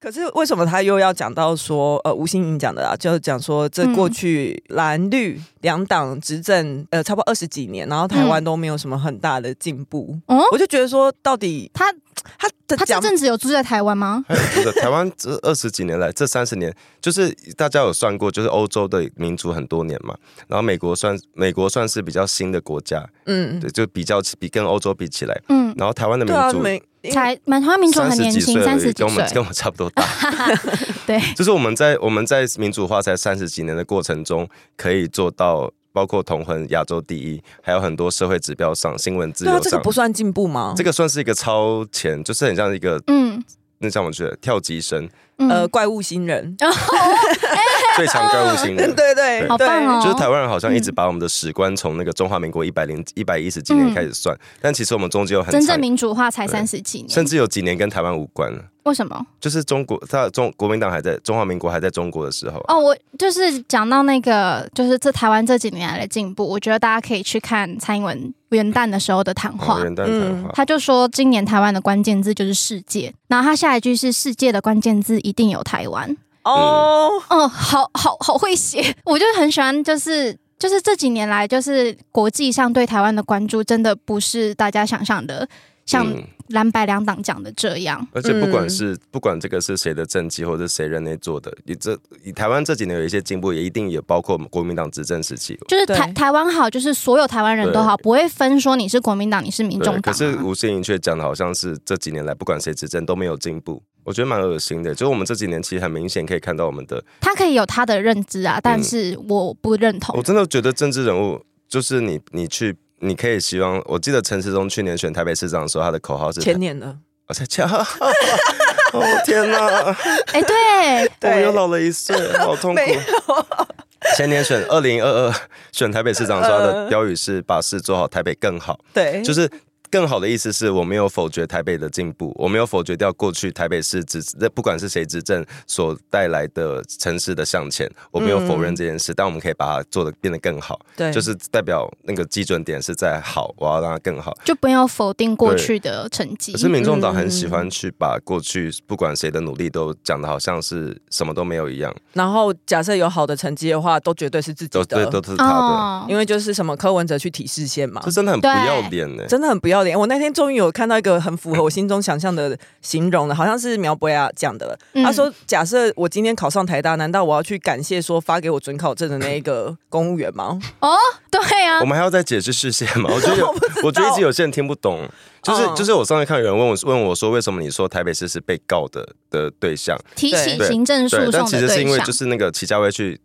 A: 可是为什么他又要讲到说，呃，吴欣颖讲的啊，就是讲说这
B: 嗯
A: 过去蓝绿两党执政，呃，差不多二十几年，然后台湾都没有什么很大的进步，
B: 哦，
A: 我就觉得说，到底
B: 他
A: 嗯他的
B: 他这
A: 讲
B: 阵子有住在台湾吗？
C: 还有这个台湾这二十几年来，这三十年，就是大家有算过，就是欧洲的民主很多年嘛，然后美国算美国算是比较新的国家，
A: 嗯，
C: 对，就比较起比跟欧洲比起来，
B: 嗯，
C: 然后台湾的民
A: 对啊，
C: 主
A: 没
B: 才满台湾民主
C: 三
B: 很
C: 十
B: 年
C: 几
B: 轻
C: 岁，而
B: 三
C: 已，
B: 十几
C: 跟我们
B: 岁
C: 跟，我们差不多大。
B: 对，
C: 就是我们在我们在民主化才三十几年的过程中，可以做到包括同婚亚洲第一，还有很多社会指标上、新闻自
A: 对啊，
C: 由
A: 这个
C: 上，
A: 不算进步吗？
C: 这
A: 这个
C: 个算是一个超前，就是很像一个
B: 嗯
C: 那像我觉得跳级生，
A: 呃
B: 嗯，
A: 呃，怪物新人，
C: 最强怪物 新
A: 对
C: 闻。
A: 对对，
B: 好棒哦
C: 就是台湾人好像一直把我们的史观从那个中华民国一百零一百一十几年开始
A: 嗯
C: 算，但其实我们中间有很
B: 真
C: 长
B: 正民主化才
C: 对
B: 三十几
C: 甚
B: 年，
C: 至有几年跟台湾无关了
B: 为什么？
C: 就是中国，他中国民党还在中华民国还在中国的时候啊，
B: 哦，我就是讲到那个，就是这台湾这几年来的进步，我觉得大家可以去看蔡英文元旦的时候的谈话
C: 哦、。人淡
A: 嗯
C: 谈话，
B: 他就说，今年台湾的关键字就是世界，然后他下一句是世界的关键字一定有台湾。
A: 哦，
B: 哦，好好好会写，我就很喜欢，就是就是这几年来，就是国际上对台湾的关注，真的不是大家想象的，像
C: 嗯
B: 蓝白两党讲的这样。
C: 而且不管
A: 嗯
C: 是、不管这个是谁的政绩，或者是谁人类做的，你这以台湾这几年有一些进步，也一定也包括我们国民党执政时期。
B: 就是台
A: 对
B: 台湾好，就是所有台湾人都好，不会分说你是国民党，你是民众
C: 对，可
B: 党、
C: 是
B: 啊。
C: 吴欣盈却讲的好像是这几年来不管谁执政都没有进步，我觉得蛮恶心的。就是我们这几年其实很明显可以看到我们的，
B: 他可以有他的认知
C: 嗯
B: 啊，但是我不认同
C: 我。真的觉得政治人物就是你，你去你可以希望，我记得陈时中去年选台北市长的时候，他的口号是
A: 前年的，
C: 我在家。 哦天哪！
B: 哎、对，
C: 我
A: 对
C: 又老了一岁，好痛 苦
A: 没。
C: 前年选二零 二二选台北市长，说他的
A: 呃
C: 标语是“把事做好，台北更好”，
A: 对，
C: 就是。更好的意思是我没有否决台北的进步，我没有否决掉过去台北市执，不管是谁执政所带来的城市的向前，我没有否认这件事，但我们可以把它做的变得更好，
A: 嗯对，
C: 就是代表那个基准点是在好，我要让它更好。
B: 就没有否定过去的成绩
C: 可。是民众党很喜欢去把过去不管谁的努力都讲的好像是什么都没有一样，
A: 然后假设有好的成绩的话，都绝对是自己
C: 都对
A: 的，哦
C: 都是他
B: 哦
A: 因为就是什么柯文哲去提示线嘛
C: 的，这，真的很不要脸呢、
A: 真的很不要脸。我那天终于有看到一个很符合我心中想象的形 容了，好像是苗博雅讲的了。
B: 嗯
A: 他说：“假设我今天考上台大，难道我要去感谢说发给我准考证的那一个公务员 吗？
B: 对啊
C: 我，们还要再解释视线吗？我觉得 有，我觉得一直有些人听不懂，就是、
A: 嗯
C: 就是我上次看有人问我问我说，为什么你说台北市是被告的的对象？
B: 提起
C: 对
B: 行政诉
C: 对，但
B: 讼
C: 其
B: 的
C: 实是
B: 对
C: 因为
B: 象
C: 就，是那个齐家威去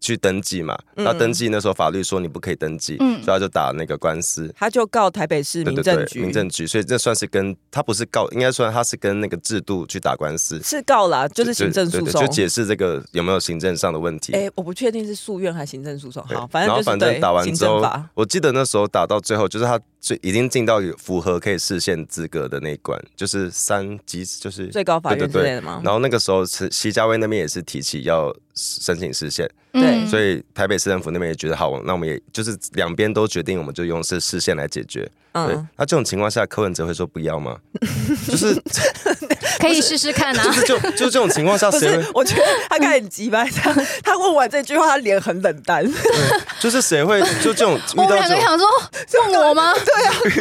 C: 去登记嘛，
A: 嗯
C: 那登记那时候法律说你不可以登记，
B: 嗯
C: 所以他就打那个官司。
A: 他就告台北市
C: 对
A: 民
C: 对
A: 政
C: 对，
A: 局，
C: 民政局，所以这算是跟他不是告，应该算他是跟那个制度去打官司，
A: 是告啦，就是行政
C: 对
A: 诉
C: 对
A: 讼
C: 就。解释这个有没有行政上的问题。
A: 哎、我不确定是诉愿还是行政诉讼。
C: 对
A: 好，反
C: 然
A: 正
C: 后
A: 就是
C: 反
A: 对
C: 正打完
A: 行
C: 之
A: 政
C: 后
A: 法，，
C: 我记得那时候打到最后，就是他最已经进到有符合可以视线资格的那一关，就是三级，就是
A: 最高法
C: 对
A: 院之
C: 对对
A: 类的吗？
C: 然后那个时候是席家威那边也是提起要申请视线，
A: 对
B: 嗯
C: 所以台北市政府那边也觉得好，那我们也就是两边都决定，我们就用是视线来解决。对，
A: 嗯，
C: 那这种情况下，柯文哲会说不 要吗？就是
B: 可以试试看啊
C: 就。是就就这种情况下，
A: 不
C: 谁
A: 是
C: 会，
A: 我觉得他刚才很急吧？他他问完这句话，他脸很冷淡。
C: 就是谁会就这种
B: 我
C: 遇
B: 们
C: 到
B: 两
C: 这
B: 个
C: 种
B: 想说，问 我吗？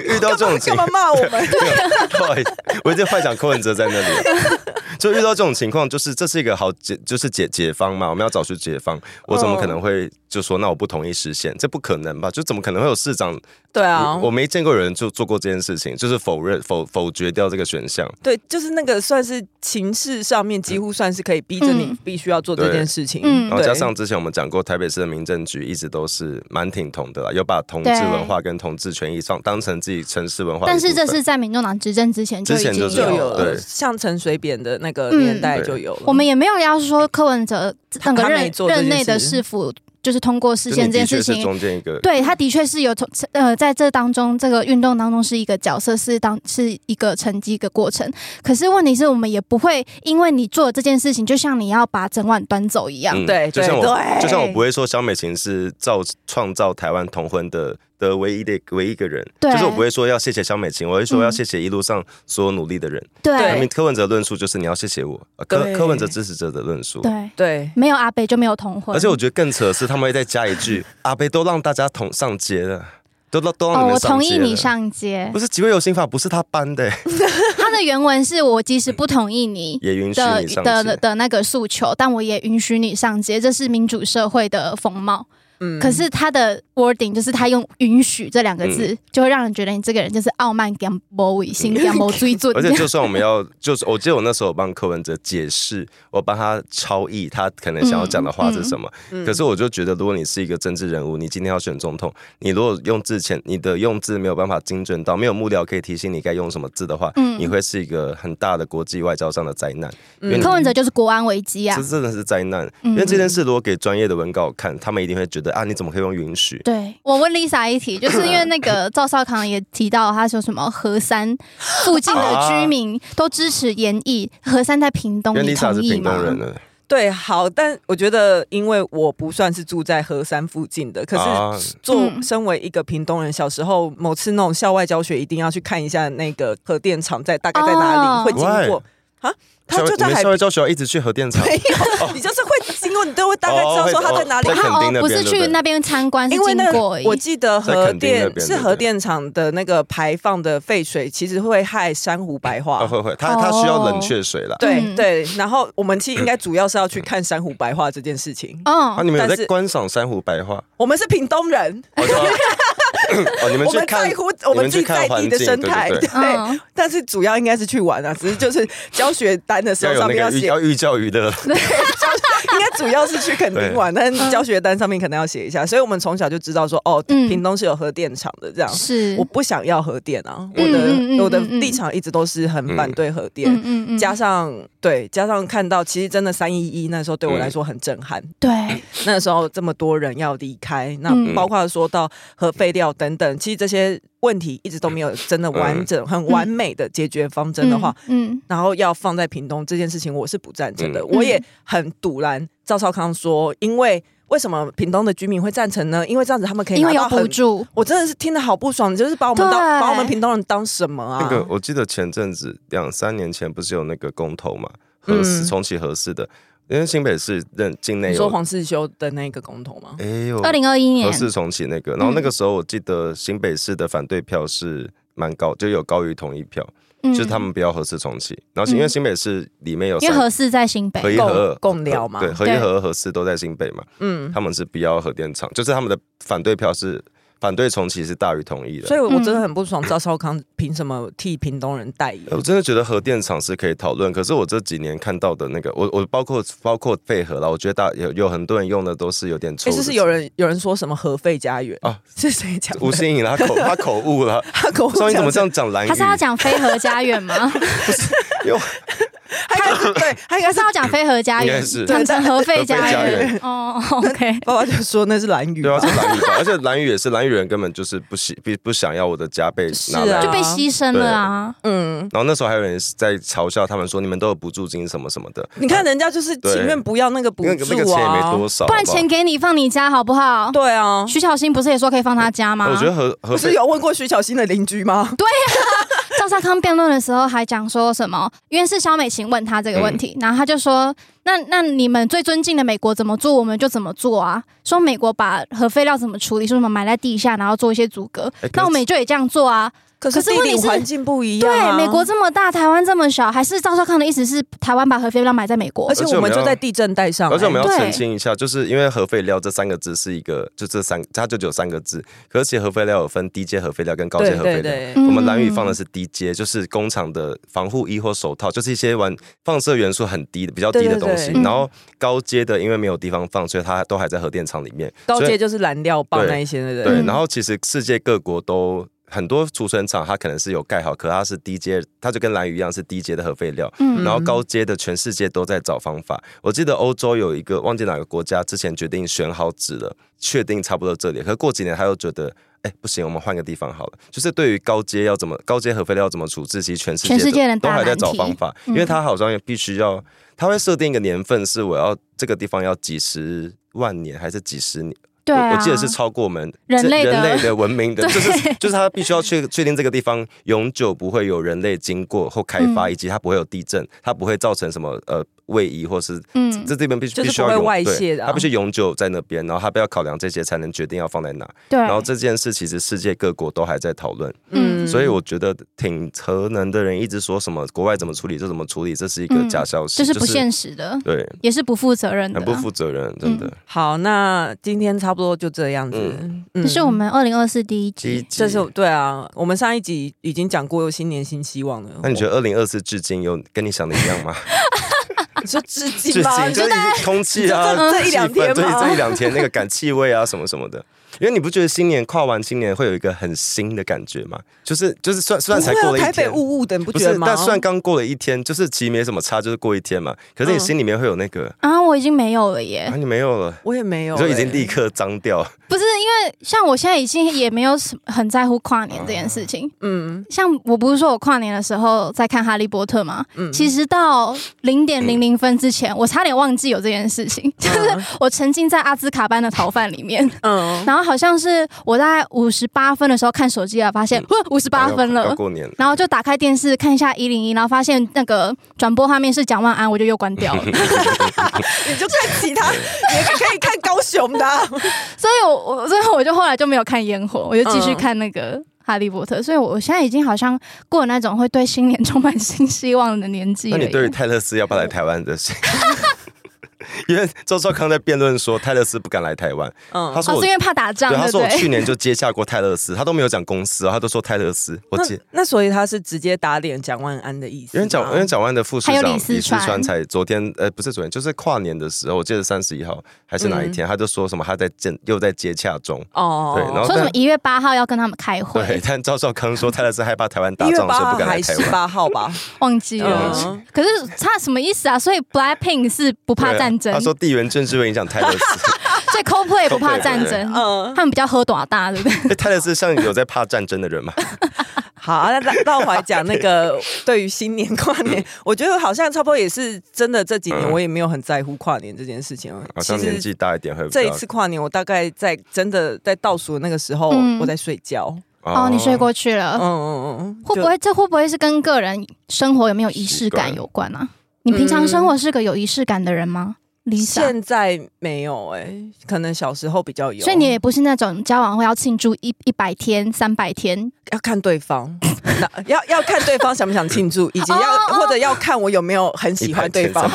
C: 遇到这种 情
A: 干嘛骂我 们？
C: 不好意思，我一直幻想柯文哲在那里。 就遇到这种情况，就是这是一个好解，就是解解方嘛，我们要找出解方。我怎么可能会就说那我不同意实现？这不可能吧？就怎么可能会有市长？
A: 对啊，
C: 我没见过有人就做过这件事情，就是否认否否决掉这个选项。
A: 对，就是那个算是情势上面几乎算是可以逼着你
B: 嗯
A: 必须要做这件事情，
B: 对嗯
C: 然后
A: 对
C: 加上之前我们讲过，台北市的民政局一直都是蛮挺同的啦，有把同志
B: 对
C: 文化跟同志权益上当成自己城市文化的
B: 但
C: 一部分。
B: 是这是在民众党执政之前就已
C: 之前
B: 经
C: 就
A: 就有了，
C: 对
A: 像陈水扁的那个年代
C: 嗯
A: 就有了，
B: 我们也没有要说柯文哲那个
A: 他没
B: 任
A: 做这件
B: 任内的
A: 事
B: 市府就是通过事
C: 就
B: 件
C: 你
B: 这
C: 的确
B: 件事
C: 是
B: 情，
C: 中间一个
B: 对他的确是有从呃在这当中这个运动当中是一个角色，是当是一个成绩一个过程。可是问题是我们也不会因为你做这件事情，就像你要把整碗端走一样。
C: 嗯
A: 对
C: 就像
A: 对
C: 我，
A: 对
C: 就像我不会说肖美琴是造创造台湾同婚的的唯一的唯一一个人，
B: 对
C: 就是我不会说要谢谢肖美琴，我会说
B: 嗯
C: 要谢谢一路上所有努力的人。
A: 对
C: 那、
B: 对
C: 嗯、柯文哲论述就是你要谢谢我，呃柯
A: 对
C: 柯文哲支持者的论述。
B: 对，
A: 对
B: 没有阿北就没有同婚。
C: 而且我觉得更扯的是，他们会再加一句：“阿贝都让大家同上街了，都让都让
B: 哦，
C: 你
B: 我
C: 们上街了。
B: 同意你上街
C: 不。是集会游行法，不是他颁的、
B: 他的原文是我即使不同意你。
C: 也 允许
B: 的
C: 你上
B: 的
C: 街。
B: 的那个诉求，但我也允许你上街，这是民主社会的风貌。
A: 嗯
B: 可是他的 wording 就是他用“允许”这两个字，
C: 嗯
B: 就会让人觉得你这个人就是傲慢、gamble、心 gamble 追准。
C: 而且 就算我们要，就是我记得我那时候帮柯文哲解释，我帮他超译他可能想要讲的话是什么。可是我就觉得，如果你是一个政治人物，你今天要选总统，你如果用字前你的用字没有办法精准到，没有幕僚可以提醒你该用什么字的话，
B: 嗯
C: 你会是一个很大的国际外交上的灾难。因为
A: 嗯
C: 你
B: 柯文哲就是国安危机啊
C: 这，真的是灾难，
B: 嗯
C: 因为这件事如果给专业的文稿看，他们一定会觉得啊，你怎么可以用允许？
B: 对， 我问 Lisa 一题，就是因为那个赵少康也提到，他说什么河山附近的居民都支持演艺，河山在屏东，
C: 因为
B: 你
C: Lisa
B: 同
C: 是
B: 意
C: 屏
B: 吗
C: 东？人了，
A: 对，好，但我觉得，因为我不算是住在河山附近的，可
C: 啊
A: 是做
B: 嗯
A: 身为一个屏东人，小时候某次那种校外教学，一定要去看一下那个核电厂在大概在哪
B: 哦
A: 里，会经过啊，它就在
C: 你
A: 海
C: 们校。外教学要一直去核电厂，
A: 没有，你就是会经过，你都会大概知道说它在哪里
C: 哦。
B: 他
C: 在
B: 哦
C: 垦丁那边
B: 不是
C: 对不
B: 去
C: 对
B: 那边参观，是
A: 因为
B: 经
A: 那
B: 过而已
A: 我记得
C: 在
A: 核
C: 垦丁那
A: 电
C: 边
A: 是
C: 对不
A: 核
C: 对
A: 电厂的那个排放的废水，其实会害珊瑚白化。
C: 啊会会，他他需要冷却水啦。
A: 对
B: 嗯
A: 对，然后我们其实应该主要是要去看珊瑚白化这件事情。
C: 啊，
B: 嗯，
C: 你们有
A: 哦但
C: 在
A: 是
C: 观赏珊瑚白化？
A: 我们是屏东人，
C: 哦，对啊哦你们
A: 我
C: 去
A: 们
C: 看
A: 在乎我们
C: 你们
A: 自
C: 去
A: 己
C: 看
A: 在
C: 环
A: 地
C: 境，
A: 的
C: 对
A: 生态，
C: 对
A: 对
C: 对，
B: 嗯
A: 但是主要应该是去玩啊，只是就是教学单的时
C: 要
A: 候上
C: 有那
A: 面要
C: 个寓
A: 写
C: 要，寓教于乐，
A: 应该主要是去垦丁 玩，但是教学单上面可能要写一下，所以我们从小就知道说，哦，
B: 嗯
A: 屏东是有核电厂的这样。
B: 是，
A: 我不想要核电啊，我
B: 嗯
A: 的
B: 嗯嗯
A: 我的
B: 嗯嗯
A: 立场一直都是很反对核
B: 嗯
A: 电，
B: 嗯嗯，
A: 加上对加上看到其实真的三一一那时候对我
C: 嗯
A: 来说很震撼，
B: 对，
A: 那时候这么多人要离开，那
B: 嗯
A: 包括说到核废料等等，其实这些问题一直都没有真的完整、很完美的解决方针的话，
B: 嗯，嗯，
A: 然后要放在屏东这件事情，我是不赞成的。
C: 嗯
A: 我也很堵拦赵少康说，因为为什么屏东的居民会赞成呢？因为这样子他们可以
B: 因
A: 拿
B: 为有
A: 到
B: 补
A: 很。
B: 助，
A: 我真的是听得好不爽，你就是把我们当
B: 对
A: 把我们屏东人当什么啊？
C: 那个我记得前阵子两三年前不是有那个公投嘛，
A: 嗯
C: 合适重启合适的，因为新北市任境内
A: 你说
C: 有，
A: 黄世修的那个公投吗？
C: 哎呦，
B: 二零二一年
C: 合，适重启那个，然后那
A: 嗯
C: 个时候我记得新北市的反对票是蛮高，就有高于同意票，
B: 嗯
C: 就是他们不要合适重启，然后因为
B: 嗯
C: 新北市里面有
B: 因为
C: 三
B: 合适在新北
C: 合，一合二
A: 共共寮嘛
C: 对，合一
B: 对
C: 合二合四都在新北嘛，
A: 嗯，
C: 他们是不要核电厂，就是他们的反对票是反对重启是大于同意的，
A: 所以我
B: 嗯
A: 真的很不爽，赵少康凭什么替屏东人代言？
C: 呃我真的觉得核电厂是可以讨论，可是我这几年看到的那个，我我包括包括配合了，我觉得大有有很多人用的都是有点
A: 哎、
C: 错误
A: 就
C: 的。
A: 是有人有人说什么核废家园
C: 啊
A: 啊？是谁讲的？
C: 吴欣颖他口他口误了，
A: 他 跟我
C: 说
A: 讲，
C: 你怎么这样讲蓝宇
B: 他？是要讲飞河家 园吗？
C: 因为
A: 他应该是？对，他应该
B: 他是
A: 是
B: 要讲飞河家
C: 应
B: 园
C: 该是，
B: 讲成合肥
C: 合肥
B: 家
C: 家
B: 园
C: 园。啊
B: 哦，OK，
A: 爸爸就说那是蓝雨
C: 对
A: 吧，
C: 啊，是蓝宇吧？而且蓝宇也是蓝宇人，根本就是不喜不不想要我的家被拿
A: 是
C: 来。
A: 啊
B: 就被牺牲了啊。
A: 嗯，
C: 然后那时候还有人在嘲笑他们说，你们都有补助金什么什么的，
A: 你看人家就是
C: 对
A: 情愿不要那个补
C: 那个
A: 助
C: 那个钱也没
A: 啊，
C: 多少，
B: 不然
C: 好好
B: 钱给你放你家好不好？
A: 对啊，
B: 徐小新不是也说可以放他家吗？
C: 我觉得核核
A: 不是
C: 废
A: 有问过徐小新的邻居吗？
B: 赵少康辩论的时候还讲说什么？因为是肖美琴问他这个问
C: 嗯
B: 题，然后他就说：“那那你们最尊敬的美国怎么做，我们就怎么做啊？说美国把核废料怎么处理，说什么埋在地下，然后做一些阻隔，
C: 哎可是
B: 那我们也就也这样做啊。
A: 可
B: 是
A: 是地
B: 问题
A: 理
B: 是
A: 环境不一样、
B: 对，
A: 啊，
B: 美国。这么大，台湾这么小，还是赵少康的意思是台湾把核废料埋在美国
A: 而？且我们就在地震带上、
C: 而且我们
A: 哎
C: 要
B: 对
C: 澄清一下，就是因为核废料这三个字是一个，就这三，它就只有三个字。可是核废料有分低阶核废料跟高阶
A: 对
C: 核
A: 对
C: 废料。
A: 对，
B: 嗯
C: 我们蓝宇放的是低阶，就是工厂的防护衣或手套，就是一些玩放射元素很低的、比较低的
A: 对对
C: 东西。
B: 对嗯
C: 然后高阶的，因为没有地方放，所以它都还在核电厂里面。
A: 高
C: 所以
A: 阶就是燃料棒
C: 对
A: 那一些的人，
C: 对，
B: 嗯
C: 然后其实世界各国都很多储存厂，它可能是有盖好，可它是低阶，它就跟蓝鱼一样是低阶的核废料。
B: 嗯
C: 然后高阶的全世界都在找方法。我记得欧洲有一个忘记哪个国家之前决定选好址了，确定差不多这里，可过几年他又觉得。哎，不行，我们换个地方好了。就是对于高阶要怎么高阶核废料要怎么处置，其实全世界
B: 全世界
C: 都
B: 人大
C: 都还在
B: 难
C: 找
B: 题嗯
C: 方法，因为它好像也必须要，它会设定一个年份，是我要这个地方要几十万年还是几十年？
B: 对啊
C: 我，我记得是超过我们
B: 人类的
C: 人类的文 明的，
B: 对
C: 就是 就是它必须要确确定这个地方永久不会有人类经过或开发，
B: 嗯
C: 以及它不会有地震，它不会造成什么呃位移或是。
B: 嗯
C: 这这边必须
A: 就是
C: 必须要
A: 不会
C: 永
A: 外
C: 对
A: 泄的啊
C: 它必须永久在那边，然后它不要考量这些，才能决定要放在哪。
B: 对，
C: 然后这件事其实世界各国都还在讨论，
B: 嗯
C: 所以我觉得挺核能的人一直说什么国外怎么处理就怎么处理，这是一个
B: 嗯
C: 假消息，
B: 这是不现实的，
C: 对，
B: 也是不负责任的，啊嗯
C: 很不负责任，真的。
A: 好，那今天差不不多就这样子。嗯
B: 这是我们二零二四第一
C: 积
B: 集，
C: 极
A: 这是对啊，我们上一集已经讲过有新年新希望了。
C: 那你觉得二零二四至今有跟你想的 一样吗？
A: 我你说 致敬
C: 至
A: 吗？
C: 今
A: 你
C: 就
A: 说
C: 是空气啊，
A: 这这这一两天吗
C: 对，这一两天那个感气味啊， 什么什么的。因为你不觉得新年跨完新年会有一个很新的感觉吗？就是就是算虽然才过
A: 不
C: 了
A: 会
C: 一
A: 啊
C: 天，
A: 台北雾雾的，你不
C: 不
A: 觉得
C: 是，
A: 吗？
C: 但虽然刚过了一天，就是其实没什么差，就是过一天嘛。可
A: 嗯
C: 是你心里面会有那个、
B: 啊，我已经没有了耶
C: 啊，。你没有了，
A: 我也哎没有、
C: 你就已经
A: 欸
C: 立刻脏掉。
B: 不是因为像我现在已经也没有什很在乎跨年这件事情。
A: 嗯
B: 像我不是说我跨年的时候在看《哈利波特》吗？
A: 嗯，
B: 其实到零点零零分之前，我差点忘记有这件事情，
C: 嗯
B: 就是我沉浸在阿兹卡班的逃犯里面。
A: 嗯，
B: 然后好像是我在五十八分的时候看手机啊，发现 五十八分
C: 嗯哎要
B: 了
C: 要，过年了，
B: 然后就打开电视看一下一零一，然后发现那个转播画面是蒋万安，我就又关 掉了。
A: 你就看其他，也可以看高雄的 啊、
B: 所以我我最后我就后来就没有看烟火，我就继续看那个。哈利波特，所以我现在已经好像过了那种会对新年充满新希望的年纪
C: 那
B: 了耶。
C: 你对于泰勒斯要不要来台湾的事？ 因为周少康在辩论说泰勒斯不敢来台湾，他
A: 嗯，
C: 说
B: 哦，
C: 我、
B: 是因为怕打仗，
C: 对，他
B: 对不
C: 说我去
B: 对？
C: 年就接洽过泰勒斯，他都没有讲公司哦，他都说泰勒
B: 嗯
C: 斯。我接，
A: 那所以他是直接打脸蒋万安的意思吗。
C: 因为蒋因为蒋万的副市
B: 还有
C: 长
B: 李
C: 李
B: 四
C: 四
B: 川
C: 川才昨天，呃，不是昨天，就是跨年的时候，我记得三十一号还是哪
B: 嗯
C: 一天，他就说什么他在见又在接洽中。
A: 哦，
C: 对然后
B: 说什么一月八号要跟他们开
C: 对
B: 会，，
C: 但赵少康说泰勒斯害怕台湾打
A: 一月
C: 仗，
A: 八
C: 所以
A: 号
C: 不敢来
A: 还
C: 台
A: 是
C: 湾。啊
A: 八号 吧？
B: 忘记了。
A: 嗯
B: 可是他什么意思啊？所以 Blackpink 是不怕
C: 对啊
B: 战争
C: 他，说地缘政治会影响泰勒 斯，
B: 所以 Coldplay 也不怕战争，
A: 嗯，
B: 他们比较喝短大，对不对？
C: 因为泰勒斯像有在怕战争的 人嘛。
A: 好，啊那那那我来讲那 个对于新年跨年，我觉得好像差不多也是真的。这几年
C: 嗯
A: 我也没有很在乎跨年这件事情。啊
C: 好
A: 其
C: 像年
A: 实
C: 纪大一点会比较
A: 这一次跨年，我大概在真的在倒数的那个时候
B: 嗯，
A: 我在睡觉。
B: 哦，你睡过去
A: 嗯
B: 了，
A: 嗯嗯，
B: 会不
A: 就？
B: 会这会不会是跟个人生活有没有仪式感有关啊？你平常生活是个有仪式感的人吗？Lisa，
A: 现在没有哎、可能小时候比较有。
B: 所以你也不是那种交往会要庆祝一一百天、三百天，
A: 要看对 方，那要要看对方想不想庆祝，以及要
B: 哦哦
A: 或者要看我有没有很喜欢对方。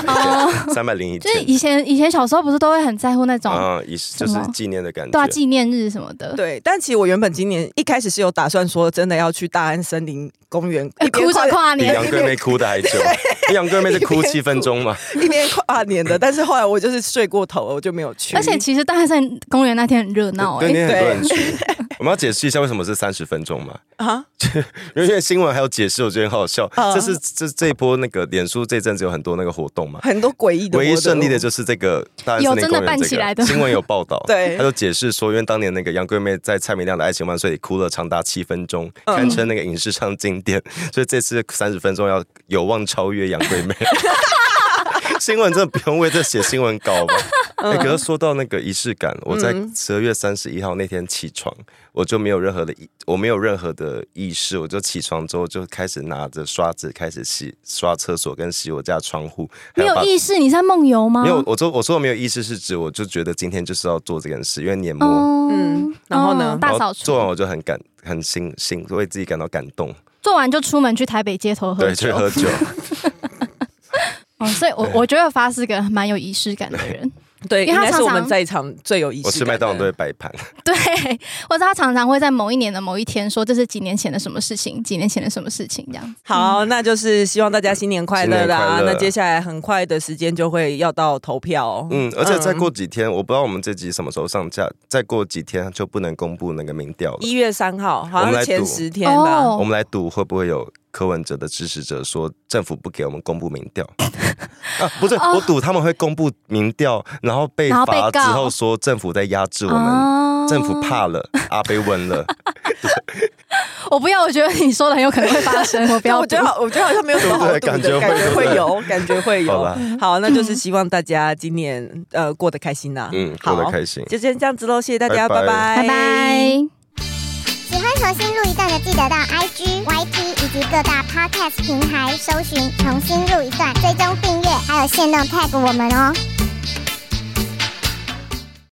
C: 三百零一
B: 哦就是
C: 天，
B: 以前以前小时候不是都会很在乎那种
C: 啊，仪式就是
B: 什么
C: 纪念的感
B: 对啊
C: 觉。
B: 纪念日什么 的，
A: 对，但其实我原本今年一开始是有打算说，真的要去大安森林公园，一边
B: 哎呃哭着跨
C: 比
B: 年，
C: 杨贵妹哭的还久，因为杨贵妹是哭七分钟嘛。
A: 一边跨年的，但是后来我就是睡过头了，我就没有去。
B: 而且其实大山公园那天很热闹
C: 对，
B: 哎、
C: 那天很多
A: 对
C: 人去。我们要解释一下为什么是三十分钟嘛？
A: 啊，
C: 因为现在新闻还有解释，我觉得很好笑。
A: 嗯
C: 这是这这一波那个脸书这阵子有很多那个活动嘛，
A: 很多诡异的活动，，
C: 唯一胜利的就是这个大安森林
B: 有真的
C: 公
B: 办
C: 园
B: 起来
C: 这
B: 的
C: 个新闻有报道
A: 对
C: 他就解释说，因为当年那个杨贵妹在蔡明亮的《爱情万岁》里哭了长达七分钟，
A: 嗯
C: 堪称那个影视上经典， 所以这次三十分钟要有望超越杨贵妹。 新闻真的不用为这写新闻稿吧？
A: 嗯
C: 哎，可是说到那个仪式感，我在十二月三十一号那天起床，我就没有任何的意，我没有任何的意识，我就起床之后就开始拿着刷子开始洗刷厕所跟洗我家窗户，还
B: 你
C: 有把
B: 有意识你在梦游吗？
C: 没有，我说我说我没有意识，是指我就觉得今天就是要做这件事，因为年末，
B: 哦
A: 嗯然后呢
B: 哦大
C: 然
B: 扫
C: 后做完
B: 除
C: 我就很感很心心为自己感到感动，
B: 做完就出门去台北街头喝
C: 对，去
B: 酒，
C: 喝 酒，
B: 哦，所以我
C: 对
B: 我觉得发是个蛮有仪式感的人，
A: 对，
B: 因
A: 应
B: 为他
A: 该是我
B: 常
A: 们
B: 常
A: 在场最有意
C: 我
A: 思。
C: 吃麦当劳都会摆盘，
B: 对，或者他常常会在某一年的某一天说这是几年前的什么事情，几年前的什么事情这样子。
A: 好，那就是希望大家新年快乐
C: 新年
A: 啦！
C: 快乐
A: 那接下来很快的时间就会要到投票哦，
C: 嗯，而且再过几天，我不知道我们这集什么时候上架，再过几天就不能公布那个民调了。
A: 一月三号，好
C: 我
A: 像
C: 们来
A: 是前
C: 赌
A: 十天
B: 哦
A: 吧。
C: 我们来赌会不会有柯文哲的支持者说政府不给我们公布民调啊？不 是，我赌他们会公布民调，然后被
B: 哦然后被
C: 罚之
B: 告
C: 后说政府在压制我们。
B: 啊
C: 政府，怕了，阿贝温了，
B: 我不要，我觉得你说的很有可能会发生，我不要 赌。
A: 我觉得好，我觉得好像没有什么好赌的，
C: 对
A: 感
C: 不对
A: 觉
C: 感觉会
A: 会有，感觉会
C: 好
A: 有
C: 啦。
A: 好，
B: 嗯
A: 那就是希望大家今年呃过得开心呐，
C: 嗯，过
A: 好，
C: 得开心。
A: 就先这样子喽，谢谢大家，
C: 拜拜
B: 拜拜。
D: 喜欢重新录一段的，记得到 IG、YT 以及各大 Podcast 平台搜寻“重新录一段”，追踪订阅，还有限定 tag 我们哦。